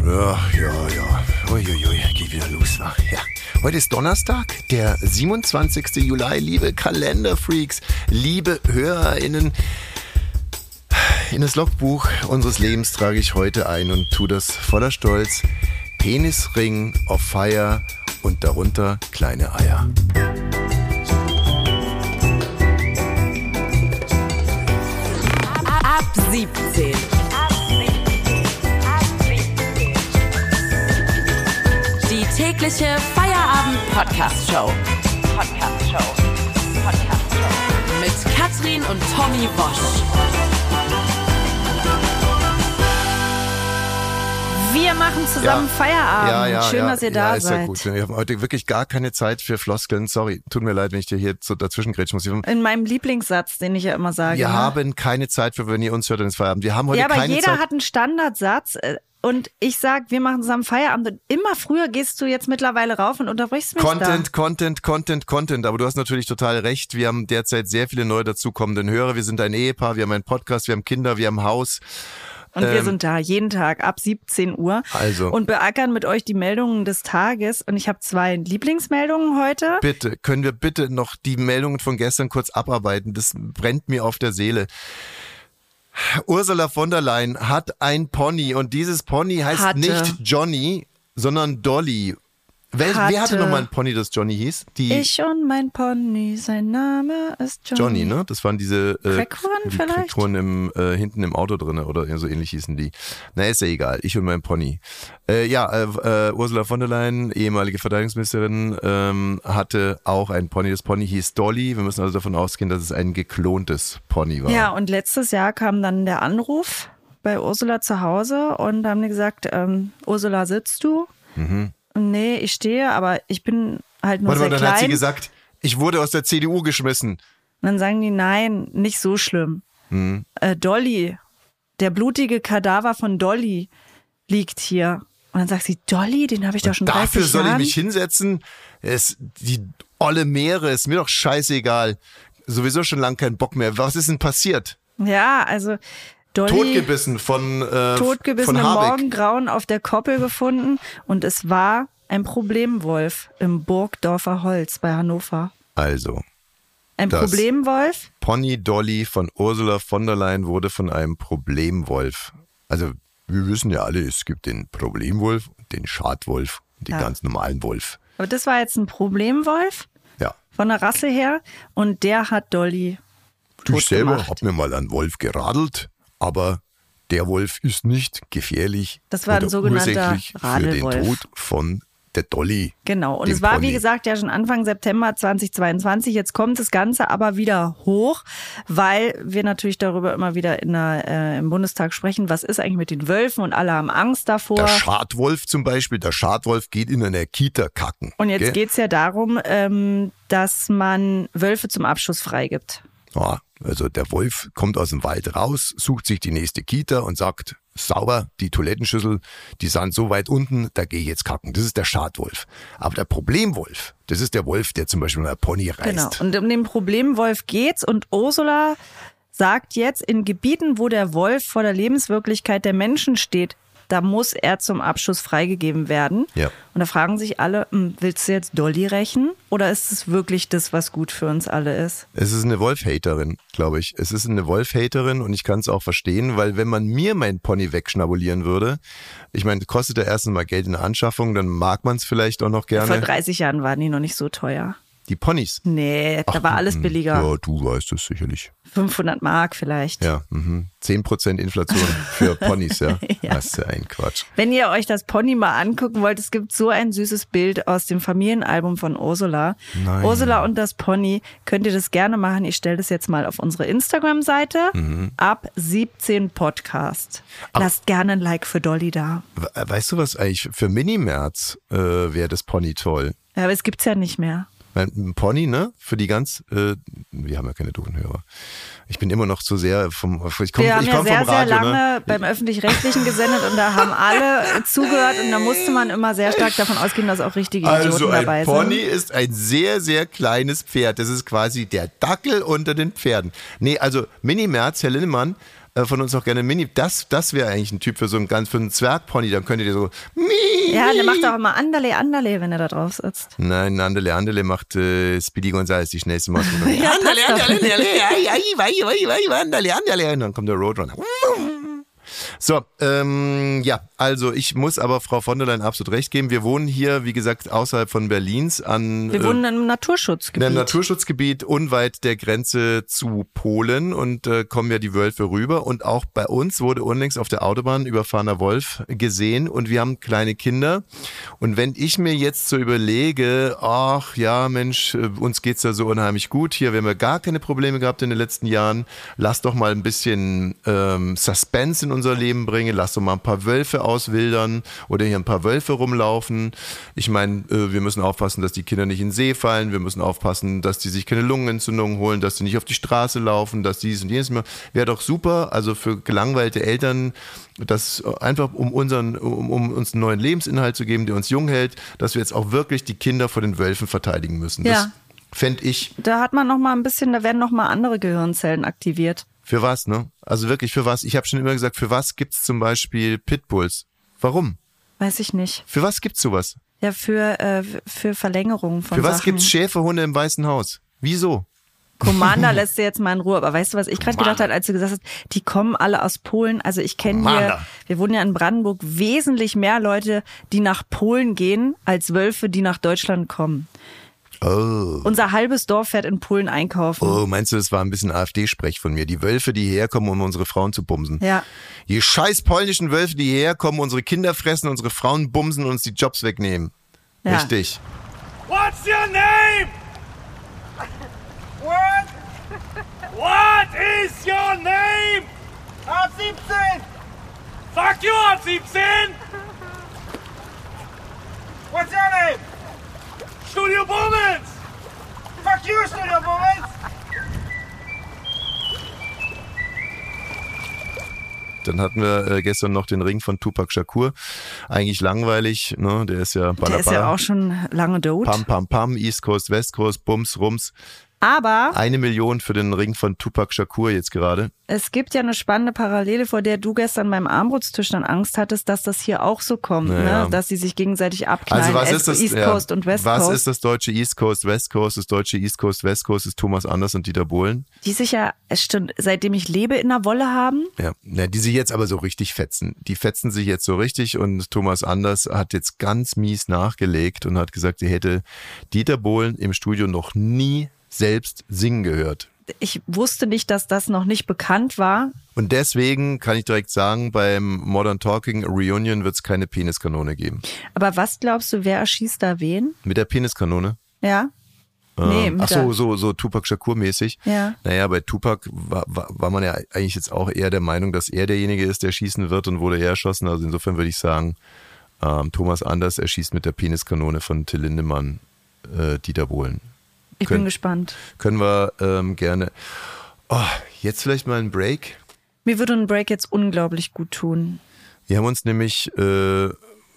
Ja, ja, ja. Uiuiui, geht wieder los. Ach, ja. Heute ist Donnerstag, der 27. Juli. Liebe Kalenderfreaks, liebe HörerInnen, in das Logbuch unseres Lebens trage ich heute ein und tue das voller Stolz. Penisring auf Feier und darunter kleine Eier. Ab 17. Die tägliche Feierabend-Podcast-Show. Podcast-Show. Podcast-Show. Mit Katrin und Tommy Bosch. Wir machen zusammen Ja. Feierabend. Schön, dass ihr da ja, ist seid. Ja, gut. Wir haben heute wirklich gar keine Zeit für Floskeln. Sorry, tut mir leid, wenn ich dir hier so dazwischen grätschen muss. Wir haben- In meinem Lieblingssatz, den ich ja immer sage. Wir ne? haben keine Zeit für, wenn ihr uns hört, dann ist Feierabend. Wir haben heute ja, aber keine jeder Zeit. hat einen Standardsatz. äh, Und ich sag, wir machen zusammen Feierabend. Und immer früher gehst du jetzt mittlerweile rauf und unterbrichst mich Content, Content, Content, Content. Aber du hast natürlich total recht. Wir haben derzeit sehr viele neu dazukommenden Hörer. Wir sind ein Ehepaar, wir haben einen Podcast, wir haben Kinder, wir haben Haus. da. Und wir sind da jeden Tag ab 17 Uhr. ähm, Also. Und beackern mit euch die Meldungen des Tages. Und ich habe zwei Lieblingsmeldungen heute. Bitte, können wir bitte noch die Meldungen von gestern kurz abarbeiten? Das brennt mir auf der Seele. Ursula von der Leyen hat ein Pony und dieses Pony heißt Hatte. nicht Johnny, sondern Dolly. Wel Wer hatte Hatte. nochmal ein Pony, das Johnny hieß? Die Ich und mein Pony, sein Name ist Johnny. Johnny, ne? Das waren diese äh, Crackhorn die Ähm, vielleicht? Crackhorn im, äh, hinten im Auto drinne oder so ähnlich hießen die. Na, ist ja egal. Ich und mein Pony. Äh, ja, äh, äh, Ursula von der Leyen, ehemalige Verteidigungsministerin, ähm, hatte auch ein Pony. Das Pony hieß Dolly. Wir müssen also davon ausgehen, dass es ein geklontes Pony war. Ja, und letztes Jahr kam dann der Anruf bei Ursula zu Hause und da haben die gesagt, ähm, Ursula, sitzt du? Und Nee, ich stehe, aber ich bin halt nur Mhm. Warte mal, sehr dann klein. hat sie gesagt, ich wurde aus der CDU geschmissen. und dann sagen die, nein, nicht so schlimm. Mhm. Äh, Dolly, der blutige Kadaver von Dolly liegt hier. Und dann sagt sie, Dolly, den habe ich doch schon 30 Dafür soll ich Jahren. mich hinsetzen. Es, die olle Meere, ist mir doch scheißegal. Sowieso schon lang keinen Bock mehr. Was ist denn passiert? ja, also Dolly. Totgebissen von, äh, von totgebissen im Habeck. Morgengrauen auf der Koppel gefunden und es war ein Problemwolf im Burgdorfer Holz bei Hannover. Also, Ein Das- Problemwolf? Pony Dolly von Ursula von der Leyen wurde von einem Problemwolf. Also, wir wissen ja alle, es gibt den Problemwolf, den Schadwolf, den Ja. ganz normalen Wolf. Aber das war jetzt ein Problemwolf Ja. von der Rasse her und der hat Dolly. Du Tot selber gemacht. hab mir mal einen Wolf geradelt, aber der Wolf ist nicht gefährlich. Das war ein oder sogenannter ursächlich Für den Radelwolf. Tod von der Dolly. Genau. Und dem es war, Pony. wie gesagt, ja schon Anfang September 2022. Jetzt kommt das Ganze aber wieder hoch, weil wir natürlich darüber immer wieder in der, äh, im Bundestag sprechen, was ist eigentlich mit den Wölfen und alle haben Angst davor. Der Schadwolf zum Beispiel, der Schadwolf geht in einer Kita kacken. Und jetzt gell? geht's ja darum, ähm, dass man Wölfe zum Abschuss freigibt. Ja, also der Wolf kommt aus dem Wald raus, sucht sich die nächste Kita und sagt, sauber, die Toilettenschüssel, die sind so weit unten, da gehe ich jetzt kacken. Das ist der Schadwolf. Aber der Problemwolf, das ist der Wolf, der zum Beispiel mit einer Pony Genau. reißt. Und um den Problemwolf geht's. Und Ursula sagt jetzt, in Gebieten, wo der Wolf vor der Lebenswirklichkeit der Menschen steht, da muss er zum Abschuss freigegeben werden. Ja. Und da fragen sich alle, hm, willst du jetzt Dolly rächen? Oder ist es wirklich das, was gut für uns alle ist? Es ist eine Wolfhaterin, glaube ich. Es ist eine Wolfhaterin und ich kann es auch verstehen, weil wenn man mir mein Pony wegschnabulieren würde, ich meine, kostet ja erstens mal Geld in der Anschaffung, dann mag man es vielleicht auch noch Vor gerne. 30 Jahren waren die noch nicht so teuer. Die Ponys. Nee, da war mm, alles billiger. Ja, du weißt es sicherlich. 500 Mark vielleicht. Ja, mhm. 10% Inflation für Ponys, ja. Das ist ja ein Quatsch. Wenn ihr euch das Pony mal angucken wollt, es gibt so ein süßes Bild aus dem Familienalbum von Ursula. Nein. Ursula und das Pony, könnt ihr das gerne machen. Ich stelle das jetzt mal auf unsere Instagram-Seite. Mhm. Ab 17 Podcast. Lasst gerne ein Like für Dolly da. We- Weißt du was eigentlich? Für Minimerz äh, wäre das Pony toll. Ja, aber es gibt's ja nicht mehr. Weil Ein Pony, ne? Für die ganz, äh, wir haben ja keine doofen Hörer. Ich bin immer noch zu sehr vom, ich komme Wir haben ich ja komm sehr, vom sehr Radio, ne? lange beim Öffentlich-Rechtlichen gesendet und da haben alle zugehört und da musste man immer sehr stark davon ausgehen, dass auch richtige Idioten Also ein dabei sind. Pony ist ein sehr, sehr kleines Pferd. Das ist quasi der Dackel unter den Pferden. Nee, also Mini Merz, Herr Linnemann, äh, von uns auch gerne Mini. Das, das wäre eigentlich ein Typ für so einen ganz für einen Zwergpony. Dann könntet ihr so Mii. Ja, der macht doch immer Anderle, Anderle, wenn er da drauf sitzt. Nein, Andele, Andele macht äh, Speedy Gonzales, die schnellste Maus. Andele, Ja, das Andele, doch. Andele, ai, ai, wei, wei, wei, Andele, Andele. Und dann kommt der Roadrunner. So, ähm, ja, also ich muss aber Frau von der Leyen absolut recht geben. Wir wohnen hier, wie gesagt, außerhalb von Berlins an Wir äh, wohnen im in Naturschutzgebiet. einem Naturschutzgebiet unweit der Grenze zu Polen und äh, kommen ja die Wölfe rüber. Und auch bei uns wurde unlängst auf der Autobahn überfahrener Wolf gesehen und wir haben kleine Kinder. Und wenn ich mir jetzt so überlege, ach ja, Mensch, äh, uns geht's ja so unheimlich gut. Hier, wir haben ja gar keine Probleme gehabt in den letzten Jahren. Lass doch mal ein bisschen ähm, Suspense in unser Leben bringen. Lass doch mal ein paar Wölfe auswildern oder hier ein paar Wölfe rumlaufen. Ich meine, äh, wir müssen aufpassen, dass die Kinder nicht in den See fallen. Wir müssen aufpassen, dass die sich keine Lungenentzündungen holen, dass die nicht auf die Straße laufen, dass dies und jenes. mehr- Wäre doch super. Also für gelangweilte Eltern, das äh, einfach um unseren, um, um uns einen neuen Lebensinhalt zu geben, der uns jung hält, dass wir jetzt auch wirklich die Kinder vor den Wölfen verteidigen müssen. Das Ja. fände ich Da hat man noch mal ein bisschen, da werden noch mal andere Gehirnzellen aktiviert. Für was, ne? Also wirklich für was? Ich habe schon immer gesagt, für was gibt's zum Beispiel Pitbulls? Warum? Weiß ich nicht. Für was gibt's sowas? Ja, für, äh, für Verlängerung von Für was Sachen. gibt's Schäferhunde im Weißen Haus? Wieso? Commander lässt sie jetzt mal in Ruhe. Aber weißt du, was ich gerade gedacht habe, als du gesagt hast, die kommen alle aus Polen. Also ich kenne hier, Commander. wir wohnen ja in Brandenburg, wesentlich mehr Leute, die nach Polen gehen, als Wölfe, die nach Deutschland kommen. Oh. Unser halbes Dorf fährt in Polen einkaufen. Oh, meinst du, das war ein bisschen AfD-Sprech von mir? Die Wölfe, die herkommen, um unsere Frauen zu bumsen. Ja. Die scheiß polnischen Wölfe, die herkommen, unsere Kinder fressen, unsere Frauen bumsen und uns die Jobs wegnehmen. Ja. Richtig. What's your name? What? What is your name? Ab 17. Fuck you, Ab 17. What's your name? Studio Bummels. Fuck you, Studio Bummels. Dann hatten wir äh, gestern noch den Ring von Tupac Shakur. Eigentlich langweilig, ne? Der ist ja Der balla, ist ja auch schon lange tot. Pam, pam, pam, East Coast, West Coast, Bums, Rums. Aber Eine Million für den Ring von Tupac Shakur jetzt gerade. es gibt ja eine spannende Parallele, vor der du gestern beim Armbrutstisch dann Angst hattest, dass das hier auch so kommt, Naja. ne? dass sie sich gegenseitig abknallen. Also was East- ist das? East ja, Coast und West was Coast. ist das deutsche East Coast, West Coast? Das deutsche East Coast, West Coast ist Thomas Anders und Dieter Bohlen. Die sich ja, es stimmt, seitdem ich lebe in der Wolle haben. Ja, na, die sich jetzt aber so richtig fetzen. Die fetzen sich jetzt so richtig und Thomas Anders hat jetzt ganz mies nachgelegt und hat gesagt, sie hätte Dieter Bohlen im Studio noch nie selbst singen gehört. Ich wusste nicht, dass das noch nicht bekannt war. Und deswegen kann ich direkt sagen, beim Modern Talking Reunion wird es keine Peniskanone geben. Aber was glaubst du, wer erschießt da wen? Mit der Peniskanone? Ja? nee, Ähm, Ach mit so, der- so, so Tupac Shakur-mäßig. Ja. Naja, bei Tupac war, war, war man ja eigentlich jetzt auch eher der Meinung, dass er derjenige ist, der schießen wird und wurde er erschossen. Also insofern würde ich sagen, ähm, Thomas Anders erschießt mit der Peniskanone von Till Lindemann äh, Dieter Bohlen. ich können- bin gespannt. Können wir ähm, gerne. Oh, jetzt vielleicht mal einen Break. Mir würde ein Break jetzt unglaublich gut tun. Wir haben uns nämlich äh,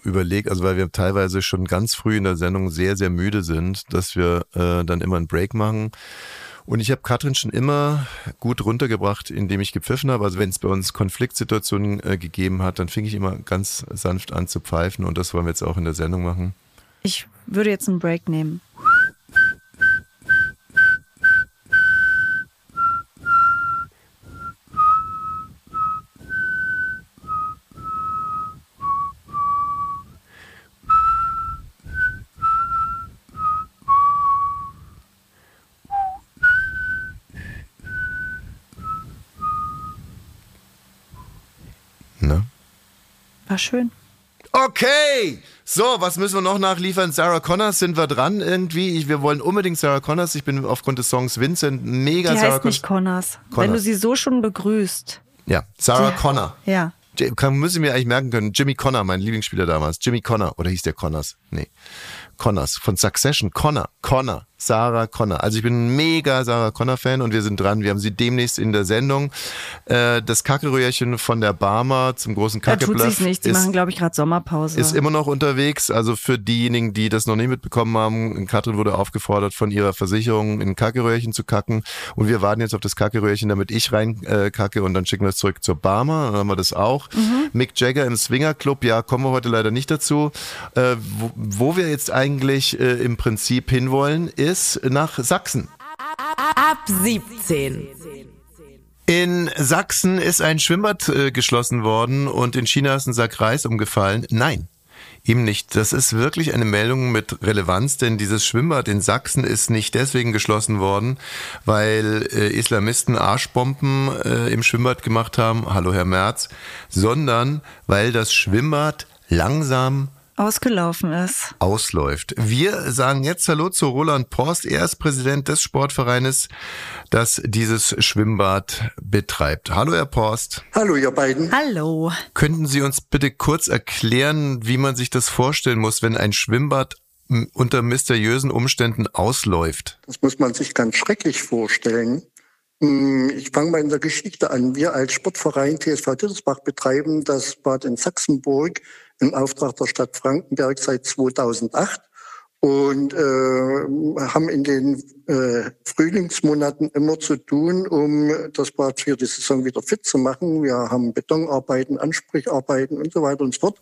überlegt, also weil wir teilweise schon ganz früh in der Sendung sehr, sehr müde sind, dass wir äh, dann immer einen Break machen. Und ich habe Katrin schon immer gut runtergebracht, indem ich gepfiffen habe. Also wenn es bei uns Konfliktsituationen äh, gegeben hat, dann fing ich immer ganz sanft an zu pfeifen und das wollen wir jetzt auch in der Sendung machen. Ich würde jetzt einen Break nehmen. Ne? War schön. Okay, so, was müssen wir noch nachliefern? Sarah Connors sind wir dran irgendwie. Ich, wir wollen unbedingt Sarah Connors. Ich bin aufgrund des Songs Vincent mega Die Sarah heißt nicht Connors. Connors. Wenn du sie so schon begrüßt. Ja, Sarah Die- Connor. Ja. J- Kann, müssen wir eigentlich merken können. Jimmy Connor, mein Lieblingsspieler damals. Jimmy Connor. Oder hieß der Connors? Nee. Connors. Von Succession. Connor. Connor. Sarah Connor. Also ich bin ein mega Sarah Connor-Fan und wir sind dran. Wir haben sie demnächst in der Sendung. Äh, das Kackelröhrchen von der Barmer zum großen Da tut sich's Kackebluff nicht. Die ist, machen, glaube ich, gerade Sommerpause. ist immer noch unterwegs. Also für diejenigen, die das noch nicht mitbekommen haben, Katrin wurde aufgefordert, von ihrer Versicherung in ein Kackeröhrchen zu kacken. Und wir warten jetzt auf das Kackeröhrchen, damit ich rein äh, kacke und dann schicken wir es zurück zur Barmer. Dann haben wir das auch. Mick Jagger im Swingerclub, ja, kommen wir heute leider nicht dazu. Äh, wo, wo wir jetzt eigentlich äh, im Prinzip hinwollen, ist nach Sachsen. Ab 17. In Sachsen ist ein Schwimmbad äh, geschlossen worden und in China ist ein Sack Reis umgefallen. Nein. Eben nicht. Das ist wirklich eine Meldung mit Relevanz, denn dieses Schwimmbad in Sachsen ist nicht deswegen geschlossen worden, weil äh, Islamisten Arschbomben äh, im Schwimmbad gemacht haben, hallo Herr Merz, sondern weil das Schwimmbad langsam Ausgelaufen ist. ausläuft. Wir sagen jetzt Hallo zu Roland Porst. Er ist Präsident des Sportvereines, das dieses Schwimmbad betreibt. Hallo, Herr Porst. Hallo, ihr beiden. Hallo. Könnten Sie uns bitte kurz erklären, wie man sich das vorstellen muss, wenn ein Schwimmbad m, unter mysteriösen Umständen ausläuft? Das muss man sich ganz schrecklich vorstellen. Hm, Ich fange mal in der Geschichte an. Wir als Sportverein TSV Dittelsbach betreiben das Bad in Sachsenburg im Auftrag der Stadt Frankenberg seit 2008 und äh, haben in den äh, Frühlingsmonaten immer zu tun, um das Bad für die Saison wieder fit zu machen. Wir haben Betonarbeiten, Anspricharbeiten und so weiter und so fort.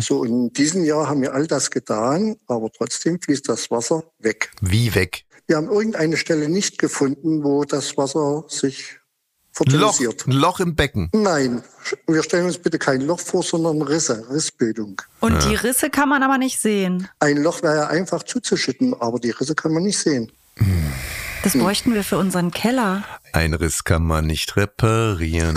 So in diesem Jahr haben wir all das getan, aber trotzdem fließt das Wasser weg. Wie weg? Wir haben irgendeine Stelle nicht gefunden, wo das Wasser sich Loch, fertilisiert. ein Loch im Becken. Nein, wir stellen uns bitte kein Loch vor, sondern Risse, Rissbildung. Und die Risse kann man aber nicht sehen. Ein Loch wäre ja einfach zuzuschütten, aber die Risse kann man nicht sehen. Das bräuchten wir für unseren Keller. Ein Riss kann man nicht reparieren.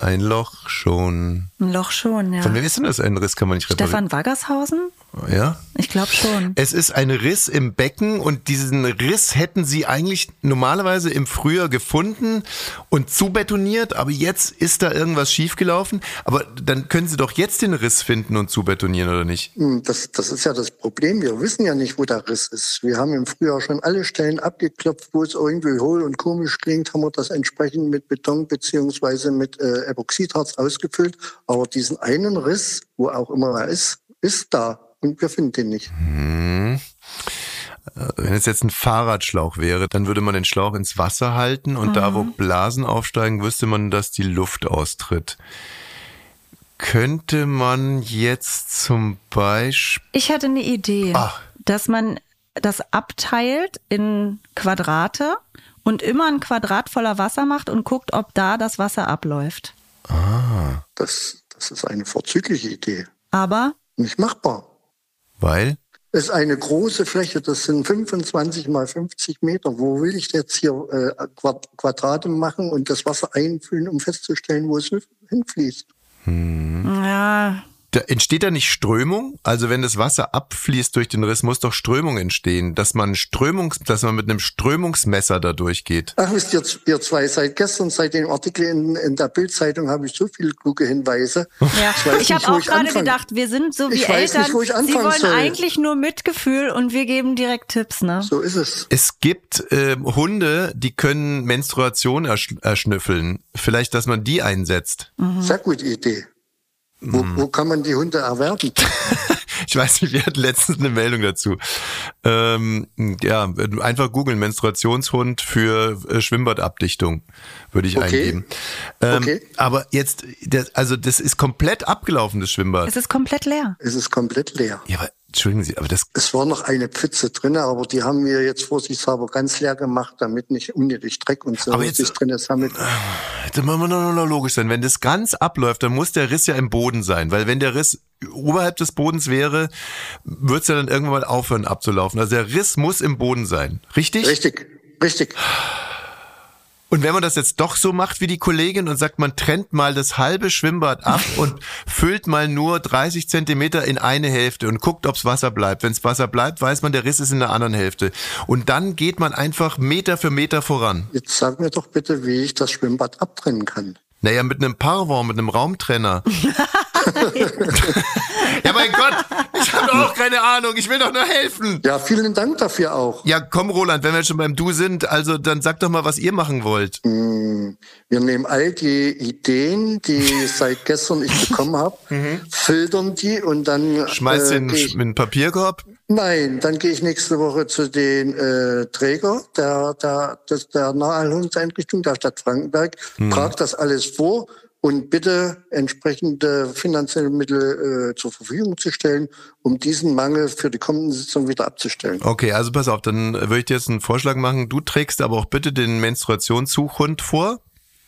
Ein Loch schon. Ein Loch schon, ja. Von wem ist denn das? Ein Riss kann man nicht reparieren. Stefan Waggershausen? Ja? Ich glaube schon. Es ist ein Riss im Becken und diesen Riss hätten sie eigentlich normalerweise im Frühjahr gefunden und zubetoniert, aber jetzt ist da irgendwas schiefgelaufen. Aber dann können sie doch jetzt den Riss finden und zubetonieren, oder nicht? Hm, Das, das ist ja das Problem. Wir wissen ja nicht, wo der Riss ist. Wir haben im Frühjahr schon alle Stellen abgeklopft, wo es irgendwie hohl und komisch klingt, haben wir das entsprechend mit Beton beziehungsweise mit äh, Epoxidharz ausgefüllt. Aber diesen einen Riss, wo auch immer er ist, ist da. Und wir finden den nicht. Äh, Wenn es jetzt ein Fahrradschlauch wäre, dann würde man den Schlauch ins Wasser halten und da, wo Blasen aufsteigen, wüsste man, dass die Luft austritt. Könnte man jetzt zum Beispiel... Ich hatte eine Idee, Ach. dass man das abteilt in Quadrate und immer ein Quadrat voller Wasser macht und guckt, ob da das Wasser abläuft. Das, das ist eine vorzügliche Idee. Aber Nicht machbar. Weil? Das ist eine große Fläche, das sind 25 mal 50 Meter. Wo will ich jetzt hier äh, Quad- Quadrate machen und das Wasser einfüllen, um festzustellen, wo es hin- hinfließt? Hm. ja, Da entsteht da nicht Strömung? Also wenn das Wasser abfließt durch den Riss, muss doch Strömung entstehen, dass man Strömungs, dass man mit einem Strömungsmesser da durchgeht. Ach, wisst ihr, ihr zwei, seit gestern, seit dem Artikel in, in der Bildzeitung habe ich so viele kluge Hinweise. ja. weiß ich nicht, habe wo auch ich gerade anfange. gedacht, wir sind so wie Ich weiß Eltern. nicht, wo ich Sie anfangen wollen soll. eigentlich nur Mitgefühl und wir geben direkt Tipps, ne? So ist es. Es gibt ähm, Hunde, die können Menstruation ersch erschnüffeln. Vielleicht, dass man die einsetzt. Mhm. Sehr gute Idee. Wo, wo kann man die Hunde erwerben? Ich weiß nicht, wir hatten letztens eine Meldung dazu. Ähm, ja, einfach googeln, Menstruationshund für äh, Schwimmbadabdichtung, würde ich Okay. eingeben. Ähm, Okay. Aber jetzt, das, also das ist komplett abgelaufen, das Schwimmbad. Es ist komplett leer. Es ist komplett leer. Ja, aber entschuldigen Sie, aber das Es war noch eine Pfütze drinne, aber die haben wir jetzt vorsichtshalber ganz leer gemacht, damit nicht unnötig Dreck und so Aber jetzt- sich drin sammelt. Da muss man doch noch logisch sein. Wenn das ganz abläuft, dann muss der Riss ja im Boden sein. Weil wenn der Riss oberhalb des Bodens wäre, wird es ja dann irgendwann mal aufhören abzulaufen. Also der Riss muss im Boden sein. Richtig? Richtig, richtig. Und wenn man das jetzt doch so macht wie die Kollegin und sagt, man trennt mal das halbe Schwimmbad ab und füllt mal nur 30 Zentimeter in eine Hälfte und guckt, ob's Wasser bleibt. Wenn's Wasser bleibt, weiß man, der Riss ist in der anderen Hälfte. Und dann geht man einfach Meter für Meter voran. Jetzt sag mir doch bitte, wie ich das Schwimmbad abtrennen kann. Naja, mit einem Parvor, mit einem Raumtrenner. ja, mein Gott, ich hab habe doch auch keine Ahnung. Ich will doch nur helfen. Ja, vielen Dank dafür auch. Ja, komm, Roland, wenn wir schon beim Du sind, also dann sag doch mal, was ihr machen wollt. Wir nehmen all die Ideen, die seit gestern ich bekommen habe, filtern die und dann Schmeißt äh, Mhm. den geh in ich, den Papierkorb. Nein, dann gehe ich nächste Woche zu den äh, Träger der der des, der Naherholungseinrichtung der Stadt Frankenberg, trage das alles vor und bitte entsprechende finanzielle Mittel äh, zur Verfügung zu stellen, um diesen Mangel für die kommenden Sitzungen wieder abzustellen. Okay, also pass auf, dann würde ich dir jetzt einen Vorschlag machen. Du trägst aber auch bitte den Menstruationssuchhund vor.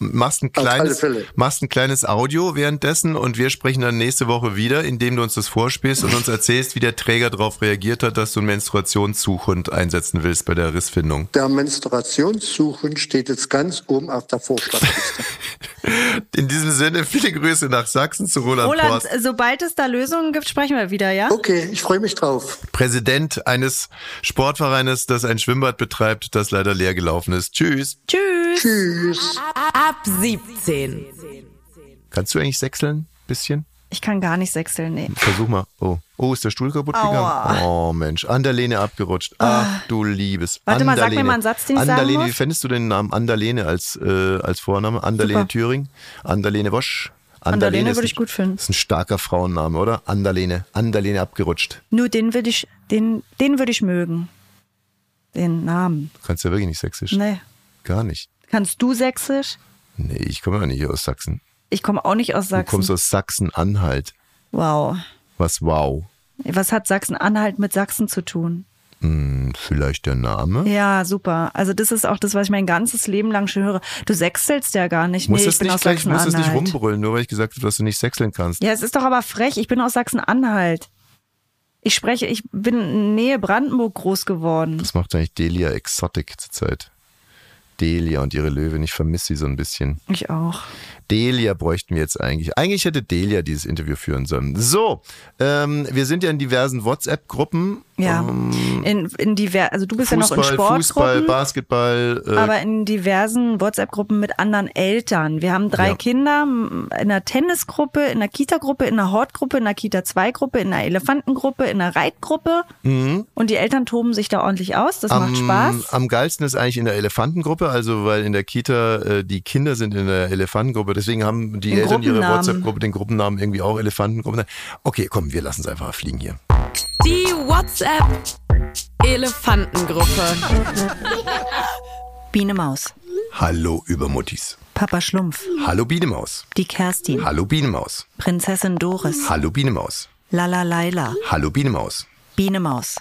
Machst ein, alle kleines, Fälle. machst ein kleines Audio währenddessen und wir sprechen dann nächste Woche wieder, indem du uns das vorspielst und uns erzählst, wie der Träger darauf reagiert hat, dass du einen Menstruationssuchhund einsetzen willst bei der Rissfindung. Der Menstruationssuchend steht jetzt ganz oben auf der Vorstandsliste. In diesem Sinne, viele Grüße nach Sachsen zu Roland, Roland, Porst, sobald es da Lösungen gibt, sprechen wir wieder, ja? Okay, ich freue mich drauf. Präsident eines Sportvereines, das ein Schwimmbad betreibt, das leider leer gelaufen ist. Tschüss. Tschüss. Tschüss. Ab 17. Kannst du eigentlich sechseln? Bisschen? Ich kann gar nicht sechseln, nee. Versuch mal. Oh. Oh, ist der Stuhl kaputt Aua. Ah. gegangen? Oh Mensch, Anderlene abgerutscht. Ach du liebes. Warte mal, sag Anderlene. mir mal einen Satz, den ich sagen Anderlene, muss. wie fändest du den Namen Anderlene als, äh, als Vorname? Anderlene Super. Thüring, Anderlene Wosch. Anderlene ist ein- würde ich gut finden. Ist ein starker Frauenname, oder? Anderlene. Anderlene abgerutscht. Nur den würde ich, den, den würde ich mögen. Den Namen. Du kannst ja wirklich nicht sächsisch. Nee. Gar nicht. Kannst du sächsisch? Nee, ich komme ja nicht aus Sachsen. Ich komme auch nicht aus Du kommst Sachsen. aus Sachsen-Anhalt. Wow. Was wow. Was hat Sachsen-Anhalt mit Sachsen zu tun? Hm, vielleicht der Name? Ja, super. Also das ist auch das, was ich mein ganzes Leben lang schon höre. Du sechselst ja gar nicht. Muss nee, ich es bin nicht aus gleich, muss es nicht Sachsen-Anhalt. rumbrüllen, nur weil ich gesagt habe, dass du nicht sechseln kannst. Ja, es ist doch aber frech. Ich bin aus Sachsen-Anhalt. Ich spreche, ich bin in Nähe Brandenburg groß geworden. Was macht eigentlich Delia Exotic zurzeit? Delia und ihre Löwen, ich vermisse sie so ein bisschen. Ich auch. Delia bräuchten wir jetzt eigentlich. Eigentlich hätte Delia dieses Interview führen sollen. So, ähm, wir sind ja in diversen WhatsApp-Gruppen. Ähm, Ja. In, in diver also du bist ja noch in Fußball, Sportgruppen. Fußball, Basketball, äh, aber in diversen WhatsApp-Gruppen mit anderen Eltern. Wir haben drei Ja. Kinder m, in einer Tennisgruppe, in einer Kita-Gruppe, in einer Hortgruppe, in einer Kita-2-Gruppe, in einer Elefantengruppe, in einer Reitgruppe. Und die Eltern toben sich da ordentlich aus. Das macht Spaß. Mhm. Am geilsten ist eigentlich in der Elefantengruppe, also weil in der Kita äh, die Kinder sind in der Elefantengruppe. Deswegen haben die Den Eltern ihre Gruppennamen. WhatsApp-Gruppe, den Gruppennamen irgendwie auch Elefantengruppe. Okay, komm, wir lassen es einfach fliegen hier. Die WhatsApp Elefantengruppe. Biene Maus, Hallo Übermuttis. Papa Schlumpf, Hallo Bienemaus. die Kerstin, Hallo Bienemaus. Prinzessin Doris, Hallo Bienemaus. Lala Laila, Hallo Bienemaus. Biene Maus.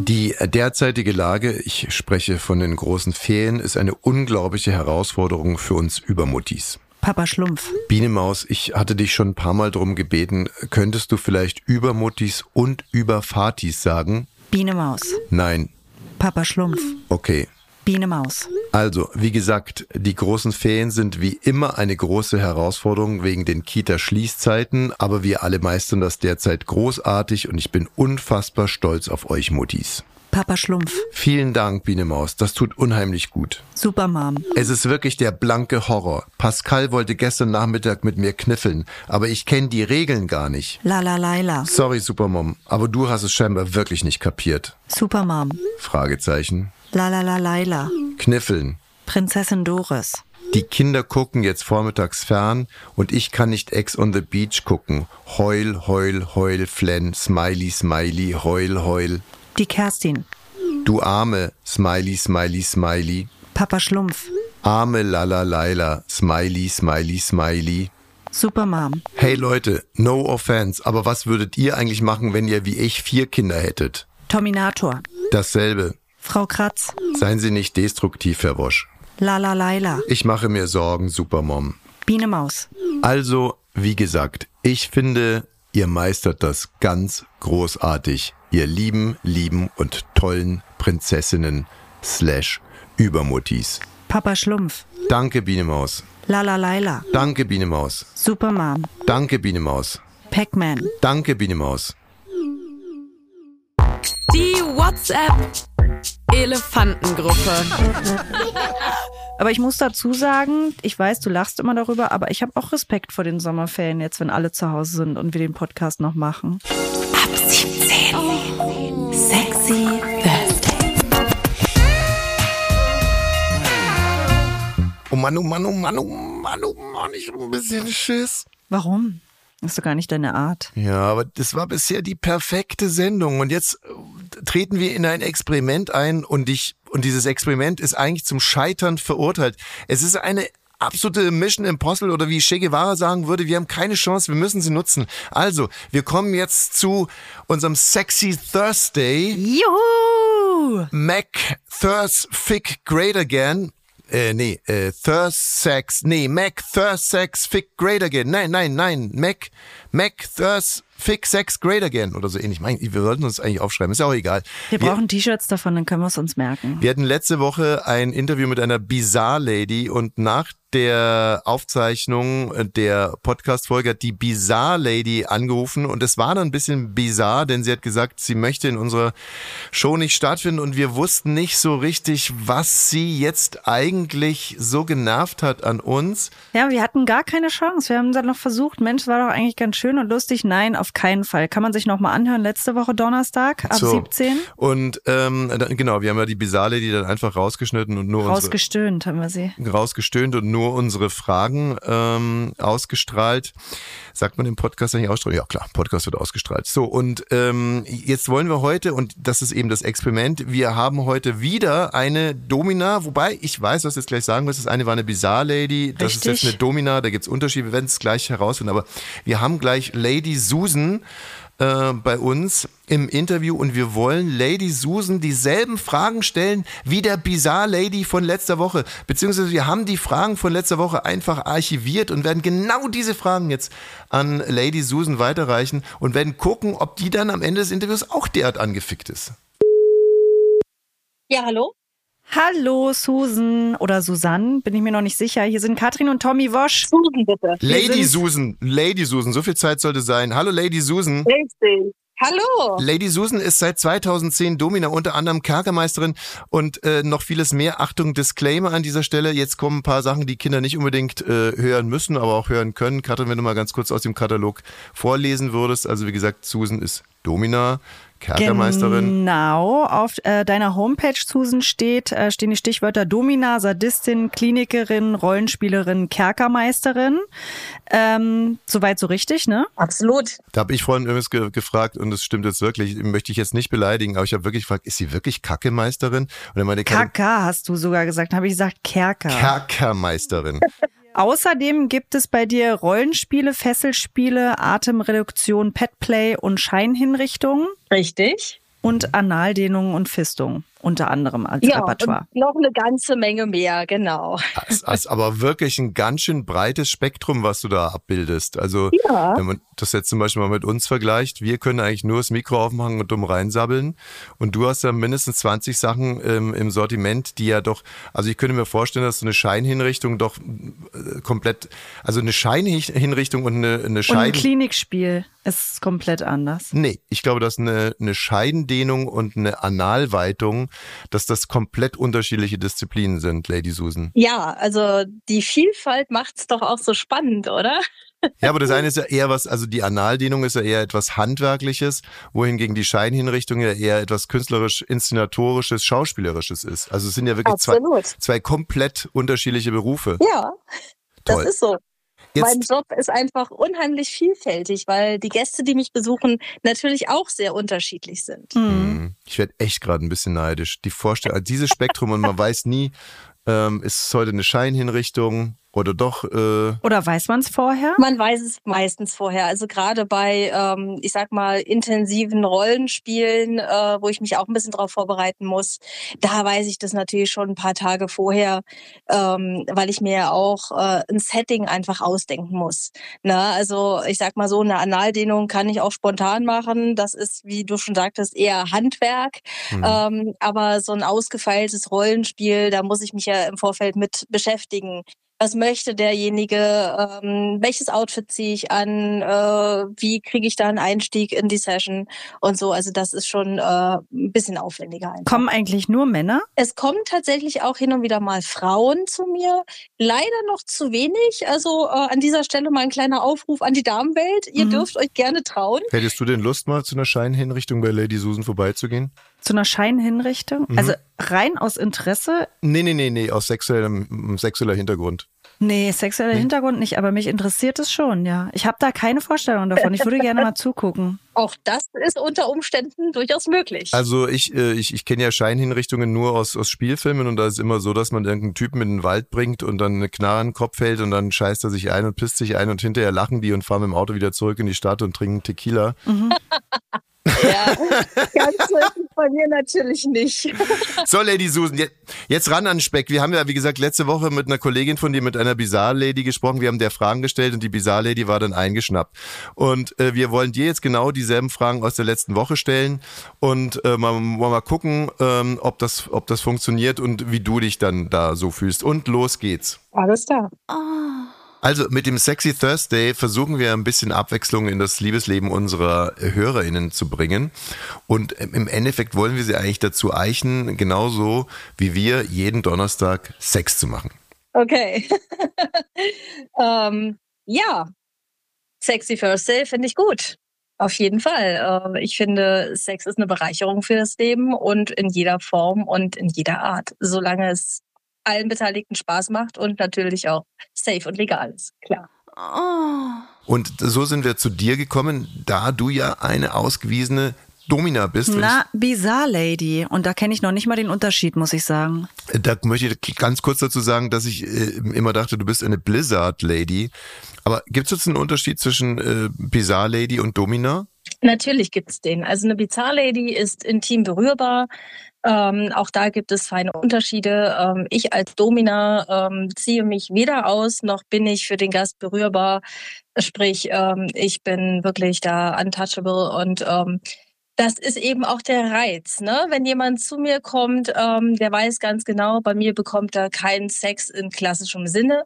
Die derzeitige Lage, ich spreche von den großen Ferien, ist eine unglaubliche Herausforderung für uns Übermuttis. Papa Schlumpf, Biene Maus, ich hatte dich schon ein paar Mal drum gebeten, könntest du vielleicht Übermuttis und Überfatis sagen? Biene Maus, Nein. Papa Schlumpf, Okay. Biene Maus. Also, wie gesagt, die großen Ferien sind wie immer eine große Herausforderung wegen den Kita-Schließzeiten, aber wir alle meistern das derzeit großartig und ich bin unfassbar stolz auf euch Muttis. Papa Schlumpf, Vielen Dank, Biene Maus, das tut unheimlich gut. Supermom, Es ist wirklich der blanke Horror. Pascal wollte gestern Nachmittag mit mir kniffeln, aber ich kenne die Regeln gar nicht. Lala Laila, Sorry, Supermom, aber du hast es scheinbar wirklich nicht kapiert. Supermom, Fragezeichen. Lala Laila, Kniffeln. Prinzessin Doris. Die Kinder gucken jetzt vormittags fern und ich kann nicht Ex on the Beach gucken. Heul, heul, heul, flenn, smiley, smiley, heul, heul. Die Kerstin. Du arme, smiley, smiley, smiley. Papa Schlumpf. Arme Lala Laila, smiley, smiley, smiley. Supermom. Hey Leute, no offense, aber was würdet ihr eigentlich machen, wenn ihr wie ich vier Kinder hättet? Terminator. Dasselbe. Frau Kratz. Seien Sie nicht destruktiv, Herr Wosch. Lala Laila. Ich mache mir Sorgen, Supermom. Biene Maus. Also, wie gesagt, ich finde, ihr meistert das ganz großartig. Ihr lieben, lieben und tollen Prinzessinnen slash Übermuttis. Papa Schlumpf. Danke, Biene Maus. Lala Laila. Danke, Biene Maus. Supermom. Danke, Biene Maus. Pac-Man. Danke, Biene Maus. Die WhatsApp Elefantengruppe. Aber ich muss dazu sagen, ich weiß, du lachst immer darüber, aber ich habe auch Respekt vor den Sommerferien jetzt, wenn alle zu Hause sind und wir den Podcast noch machen. Ab 17. Sexy Thursday. Oh Mann, oh Mann, oh Mann, oh Mann, oh Mann, ich hab ein bisschen Schiss. Warum? Ist doch gar nicht deine Art. Ja, aber das war bisher die perfekte Sendung. Und jetzt äh, treten wir in ein Experiment ein und ich, und dieses Experiment ist eigentlich zum Scheitern verurteilt. Es ist eine absolute Mission Impossible oder wie Che Guevara sagen würde, wir haben keine Chance, wir müssen sie nutzen. Also, wir kommen jetzt zu unserem Sexy Thursday. Juhu! Mac Thurs Fick Great Again. Äh, nee, äh, Thurs Sex. Nee, Mac Thurs Sex Fick Great Again. Nein, nein, nein. Mac, Mac Thurs Fick Sex Great Again. Oder so ähnlich. Mein, wir sollten uns eigentlich aufschreiben. Ist ja auch egal. Wir brauchen T-Shirts davon, dann können wir es uns merken. Wir hatten letzte Woche ein Interview mit einer Bizarre Lady und nach der Aufzeichnung der Podcast-Folge hat die Bizarre Lady angerufen und es war dann ein bisschen bizarr, denn sie hat gesagt, sie möchte in unserer Show nicht stattfinden und wir wussten nicht so richtig, was sie jetzt eigentlich so genervt hat an uns. Ja, wir hatten gar keine Chance. Wir haben dann noch versucht, Mensch, war doch eigentlich ganz schön und lustig. Nein, auf keinen Fall. Kann man sich nochmal anhören, letzte Woche Donnerstag ab So. 17. Und ähm, dann, genau, wir haben ja die Bizarre Lady dann einfach rausgeschnitten und nur unsere, Rausgestöhnt haben wir sie. rausgestöhnt und nur unsere Fragen ähm, ausgestrahlt. Sagt man im Podcast eigentlich ausstrahlen? Ja klar, Podcast wird ausgestrahlt. So, und ähm, jetzt wollen wir heute, und das ist eben das Experiment, wir haben heute wieder eine Domina, wobei ich weiß, was du jetzt gleich sagen wirst, das eine war eine Bizarre Lady, das ist jetzt Richtig. eine Domina, da gibt's Unterschiede, wir werden es gleich herausfinden, aber wir haben gleich Lady Susan äh, bei uns im Interview und wir wollen Lady Susan dieselben Fragen stellen wie der Bizarre Lady von letzter Woche. Beziehungsweise wir haben die Fragen von letzter Woche einfach archiviert und werden genau diese Fragen jetzt an Lady Susan weiterreichen und werden gucken, ob die dann am Ende des Interviews auch derart angefickt ist. Ja, hallo? Hallo Susan oder Susanne, bin ich mir noch nicht sicher. Hier sind Katrin und Tommy Wosch. Susan, bitte. Lady sind- Susan, Lady Susan, so viel Zeit sollte sein. Hallo Lady Susan. Richtig. Hallo. Lady Susan ist seit 2010 Domina, unter anderem Kerkermeisterin und äh, noch vieles mehr. Achtung, Disclaimer an dieser Stelle. Jetzt kommen ein paar Sachen, die Kinder nicht unbedingt äh, hören müssen, aber auch hören können. Katrin, wenn du mal ganz kurz aus dem Katalog vorlesen würdest. Also wie gesagt, Susan ist Domina, Kerkermeisterin. Genau, auf äh, deiner Homepage, Susan, steht, äh, stehen die Stichwörter Domina, Sadistin, Klinikerin, Rollenspielerin, Kerkermeisterin. Ähm, Soweit so richtig, ne? Absolut. Da habe ich vorhin übrigens ge gefragt und es stimmt jetzt wirklich, möchte ich jetzt nicht beleidigen, aber ich habe wirklich gefragt, ist sie wirklich Kackemeisterin? Und dann meinte Katrin, Kaka hast du sogar gesagt, habe ich gesagt Kerker. Kerkermeisterin. Außerdem gibt es bei dir Rollenspiele, Fesselspiele, Atemreduktion, Petplay und Scheinhinrichtungen Richtig. und Analdehnungen und Fistungen unter anderem als Ja, Repertoire. und noch eine ganze Menge mehr, genau. Das ist aber wirklich ein ganz schön breites Spektrum, was du da abbildest. Also, Ja. wenn man das jetzt zum Beispiel mal mit uns vergleicht, wir können eigentlich nur das Mikro aufmachen und dumm reinsabbeln. Und du hast ja mindestens 20 Sachen ähm, im Sortiment, die ja doch, also ich könnte mir vorstellen, dass so eine Scheinhinrichtung doch äh, komplett, also eine Scheinhinrichtung und eine, eine Und ein Scheiden. Klinikspiel ist komplett anders. Nee, ich glaube, dass eine, eine Scheidendehnung und eine Analweitung, dass das komplett unterschiedliche Disziplinen sind, Lady Susan. Ja, also die Vielfalt macht's doch auch so spannend, oder? Ja, aber das eine ist ja eher was, also die Analdehnung ist ja eher etwas Handwerkliches, wohingegen die Scheinhinrichtung ja eher etwas künstlerisch, inszenatorisches, schauspielerisches ist. Also es sind ja wirklich zwei, Absolut. zwei komplett unterschiedliche Berufe. Ja, Toll. das ist so. Mein Jetzt, Job ist einfach unheimlich vielfältig, weil die Gäste, die mich besuchen, natürlich auch sehr unterschiedlich sind. Mhm. Hm, ich werde echt gerade ein bisschen neidisch. Die Vorstellung, also dieses Spektrum und man weiß nie, ähm, ist es heute eine Scheinhinrichtung oder doch, äh, Oder weiß man es vorher? Man weiß es meistens vorher. Also gerade bei, ähm, ich sag mal, intensiven Rollenspielen, äh, wo ich mich auch ein bisschen drauf vorbereiten muss, da weiß ich das natürlich schon ein paar Tage vorher, ähm, weil ich mir ja auch äh, ein Setting einfach ausdenken muss. Ne? Also ich sag mal so, eine Analdehnung kann ich auch spontan machen. Das ist, wie du schon sagtest, eher Handwerk. hm. Äh, Ähm, aber so ein ausgefeiltes Rollenspiel, da muss ich mich ja im Vorfeld mit beschäftigen. was möchte derjenige, ähm, welches Outfit ziehe ich an, äh, wie kriege ich da einen Einstieg in die Session und so. Also das ist schon äh, ein bisschen aufwendiger. Einfach. Kommen eigentlich nur Männer? Es kommen tatsächlich auch hin und wieder mal Frauen zu mir. Leider noch zu wenig. Also äh, an dieser Stelle mal ein kleiner Aufruf an die Damenwelt. Ihr Mhm. dürft euch gerne trauen. Hättest du denn Lust, mal zu einer Scheinhinrichtung bei Lady Susan vorbeizugehen? Zu einer Scheinhinrichtung? Also rein aus Interesse? Nee, nee, nee, nee, aus sexuellem, sexueller Hintergrund. Nee, sexueller Hintergrund nicht, aber mich interessiert es schon, ja. Ich habe da keine Vorstellung davon. Ich würde gerne mal zugucken. Auch das ist unter Umständen durchaus möglich. Also ich, äh, ich, ich kenne ja Scheinhinrichtungen nur aus, aus Spielfilmen und da ist immer so, dass man irgendeinen Typen in den Wald bringt und dann eine Knarre in den Kopf hält und dann scheißt er sich ein und pisst sich ein und hinterher lachen die und fahren mit dem Auto wieder zurück in die Stadt und trinken Tequila. ja, ganz so ist es bei mir natürlich nicht. So, Lady Susan, jetzt, jetzt ran an den Speck. Wir haben ja, wie gesagt, letzte Woche mit einer Kollegin von dir, mit einer Bizarre Lady gesprochen. Wir haben der Fragen gestellt und die Bizarre Lady war dann eingeschnappt. Und äh, wir wollen dir jetzt genau dieselben Fragen aus der letzten Woche stellen und äh, mal, mal mal gucken, ähm, ob, das, ob das funktioniert und wie du dich dann da so fühlst. Und los geht's. Alles klar. Also mit dem Sexy Thursday versuchen wir ein bisschen Abwechslung in das Liebesleben unserer HörerInnen zu bringen. Und im Endeffekt wollen wir sie eigentlich dazu eichen, genauso wie wir jeden Donnerstag Sex zu machen. Okay. ähm, ja, Sexy Thursday finde ich gut. Auf jeden Fall. Äh, Ich finde, Sex ist eine Bereicherung für das Leben und in jeder Form und in jeder Art, solange es allen Beteiligten Spaß macht und natürlich auch safe und legal ist. Klar. Und so sind wir zu dir gekommen, da du ja eine ausgewiesene Domina bist. wenn Na, Bizarre Lady. Und da kenne ich noch nicht mal den Unterschied, muss ich sagen. Da möchte ich ganz kurz dazu sagen, dass ich äh, immer dachte, du bist eine Blizzard-Lady. Aber gibt es jetzt einen Unterschied zwischen äh, Bizarre-Lady und Domina? Natürlich gibt's den. Also eine Bizarre Lady ist intim berührbar. Ähm, auch da gibt es feine Unterschiede. Ähm, ich als Domina ähm, ziehe mich weder aus, noch bin ich für den Gast berührbar. Sprich, ähm, ich bin wirklich da untouchable und ähm, das ist eben auch der Reiz. Ne? Wenn jemand zu mir kommt, ähm, der weiß ganz genau, bei mir bekommt er keinen Sex in klassischem Sinne.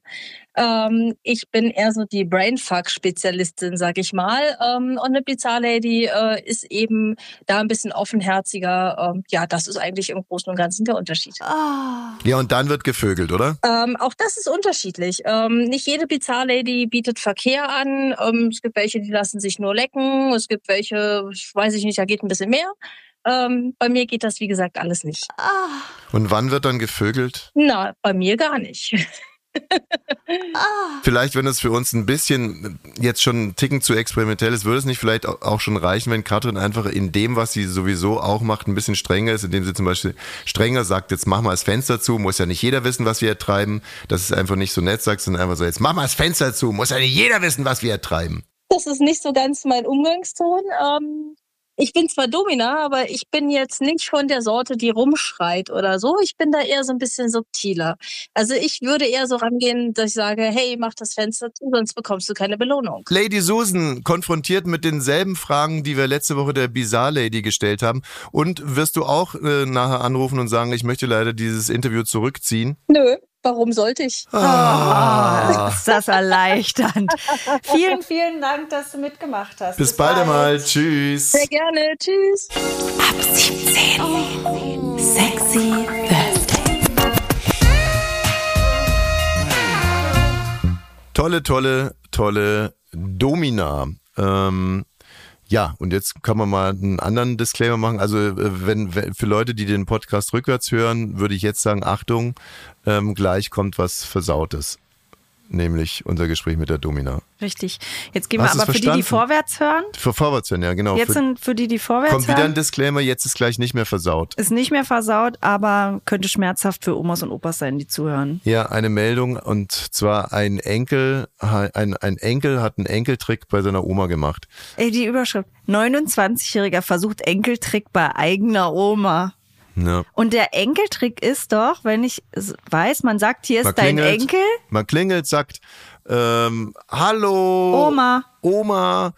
Ähm, ich bin eher so die Brainfuck-Spezialistin, sag ich mal. Ähm, und eine Bizarre Lady äh, ist eben da ein bisschen offenherziger. Ähm, ja, das ist eigentlich im Großen und Ganzen der Unterschied. Ja, und dann wird gevögelt, oder? Ähm, auch das ist unterschiedlich. Ähm, nicht jede Bizarre Lady bietet Verkehr an. Ähm, es gibt welche, die lassen sich nur lecken. Es gibt welche, ich weiß ich nicht, da geht ein bisschen mehr. Ähm, bei mir geht das, wie gesagt, alles nicht. Und wann wird dann gevögelt? Na, bei mir gar nicht. Vielleicht, wenn es für uns ein bisschen jetzt schon einen Ticken zu experimentell ist, würde es nicht vielleicht au- auch schon reichen, wenn Katrin einfach in dem, was sie sowieso auch macht, ein bisschen strenger ist, indem sie zum Beispiel strenger sagt, jetzt mach mal das Fenster zu, muss ja nicht jeder wissen, was wir hier treiben. Das ist einfach nicht so nett, sagt, sondern einfach so, jetzt mach mal das Fenster zu, muss ja nicht jeder wissen, was wir hier treiben. Das ist nicht so ganz mein Umgangston. Ähm, ich bin zwar Domina, aber ich bin jetzt nicht von der Sorte, die rumschreit oder so. Ich bin da eher so ein bisschen subtiler. Also ich würde eher so rangehen, dass ich sage, hey, mach das Fenster zu, sonst bekommst du keine Belohnung. Lady Susan, konfrontiert mit denselben Fragen, die wir letzte Woche der Bizarre Lady gestellt haben. Und wirst du auch äh, nachher anrufen und sagen, ich möchte leider dieses Interview zurückziehen? Nö, warum sollte ich? Ah. Oh, ist das erleichternd. vielen, vielen Dank, dass du mitgemacht hast. Bis bald einmal. Tschüss. Sehr gerne. Tschüss. Ab 17. Sexy Thursday. Tolle, tolle, tolle Domina. Ähm, ja, und jetzt kann man mal einen anderen Disclaimer machen. Also äh, wenn, wenn für Leute, die den Podcast rückwärts hören, würde ich jetzt sagen, Achtung, ähm, gleich kommt was Versautes. Nämlich unser Gespräch mit der Domina. Richtig. Jetzt gehen wir Hast du's aber für die, die verstanden? vorwärts hören. Für vorwärts hören, ja genau. Jetzt für, sind für die, die vorwärts kommt wieder hören. ein Disclaimer, jetzt ist gleich nicht mehr versaut. Ist nicht mehr versaut, aber könnte schmerzhaft für Omas und Opas sein, die zuhören. Ja, eine Meldung und zwar ein Enkel, ein, ein Enkel hat einen Enkeltrick bei seiner Oma gemacht. Ey, die Überschrift. 29-Jähriger versucht Enkeltrick bei eigener Oma. Ja. Und der Enkeltrick ist doch, wenn ich es weiß, man sagt, hier ist Man dein klingelt, Enkel. Man klingelt, sagt, ähm, hallo. Oma. Oma,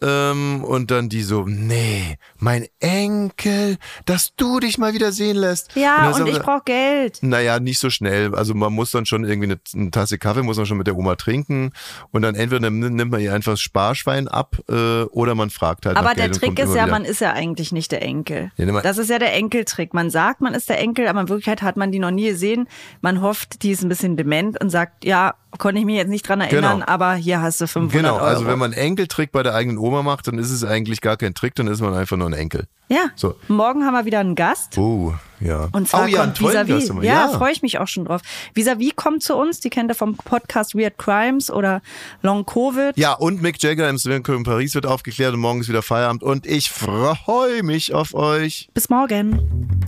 Ähm, und dann die so, nee, mein Enkel, dass du dich mal wieder sehen lässt. Ja, dann und, sagen ich wir, brauche Geld. Naja, nicht so schnell. Also man muss dann schon irgendwie eine, eine Tasse Kaffee, muss man schon mit der Oma trinken und dann entweder nimm- nimmt man ihr einfach das Sparschwein ab äh, oder man fragt halt Aber nach der Geld und Trick kommt ist immer ja, wieder. man ist ja eigentlich nicht der Enkel. Ja, ne, man- das ist ja der Enkeltrick. Man sagt, man ist der Enkel, aber in Wirklichkeit hat man die noch nie gesehen. Man hofft, die ist ein bisschen dement und sagt, ja, konnte ich mich jetzt nicht dran erinnern, Genau. aber hier hast du 500 Genau, um Euro. also wenn man Enkeltrick bei der eigenen Oma macht, dann ist es eigentlich gar kein Trick, dann ist man einfach nur ein Enkel. ja, So. morgen haben wir wieder einen Gast. Oh, ja. Und zwar oh, ja, einen kommt tollen Visavi. Gast haben wir. Ja, freue ich mich auch schon drauf. Visavi kommt zu uns, die kennt ihr vom Podcast Weird Crimes oder Long Covid. Ja, und Mick Jagger im Swing Club in Paris wird aufgeklärt und morgen ist wieder Feierabend und ich freue mich auf euch. Bis morgen.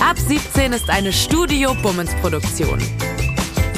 Ab 17 ist eine Studio Bummens Produktion.